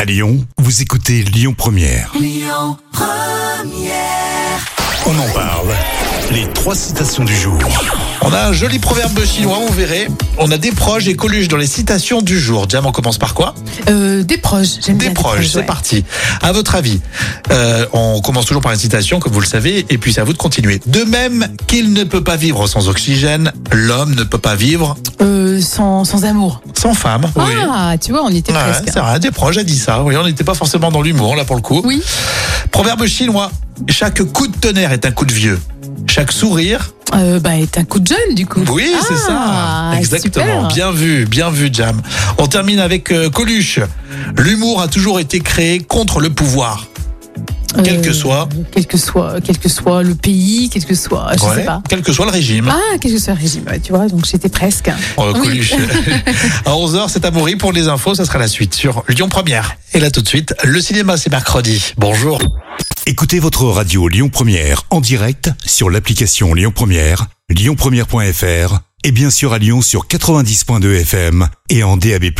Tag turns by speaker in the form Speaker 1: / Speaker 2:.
Speaker 1: À Lyon, vous écoutez Lyon Première. On en parle. Les trois citations du jour.
Speaker 2: On a un joli proverbe chinois, on verrait. On a des proches et coluches dans les citations du jour. Diam, on commence par quoi
Speaker 3: Euh, des proches, j'aime bien.
Speaker 2: Des proches, c'est
Speaker 3: ouais.
Speaker 2: parti. À votre avis, euh, on commence toujours par une citation, comme vous le savez, et puis c'est à vous de continuer. De même qu'il ne peut pas vivre sans oxygène, l'homme ne peut pas vivre
Speaker 3: Euh, sans, sans amour.
Speaker 2: sans femme. Oui.
Speaker 3: Ah, tu vois, on y était
Speaker 2: Ouais,
Speaker 3: presque.
Speaker 2: c'est vrai, des proches a dit ça. Oui, on n'était pas forcément dans l'humour, là, pour le coup.
Speaker 3: Oui.
Speaker 2: Proverbe chinois. Chaque coup de tonnerre est un coup de vieux. Chaque sourire.
Speaker 3: Euh, bah, est un coup de jeune, du coup.
Speaker 2: Oui, c'est
Speaker 3: Ah,
Speaker 2: ça. Exactement.
Speaker 3: super.
Speaker 2: Bien vu, bien vu, Jam. On termine avec euh, Coluche. L'humour a toujours été créé contre le pouvoir.
Speaker 3: Euh,
Speaker 2: Quel que soit.
Speaker 3: Quel que soit, quel que soit le pays, quel que soit, je
Speaker 2: Ouais,
Speaker 3: sais pas.
Speaker 2: Quel que soit le régime.
Speaker 3: Ah, quel que soit le régime, ouais, tu vois, donc j'étais presque.
Speaker 2: Euh,
Speaker 3: oui.
Speaker 2: Coluche. à 11h, c'est à mourir pour les infos. Ça sera la suite sur Lyon Première. Et là, tout de suite, le cinéma, c'est mercredi. Bonjour.
Speaker 1: Écoutez votre radio Lyon Première en direct sur l'application Lyon Première, lyonpremière.fr et bien sûr à Lyon sur 90.2 FM et en DAB+.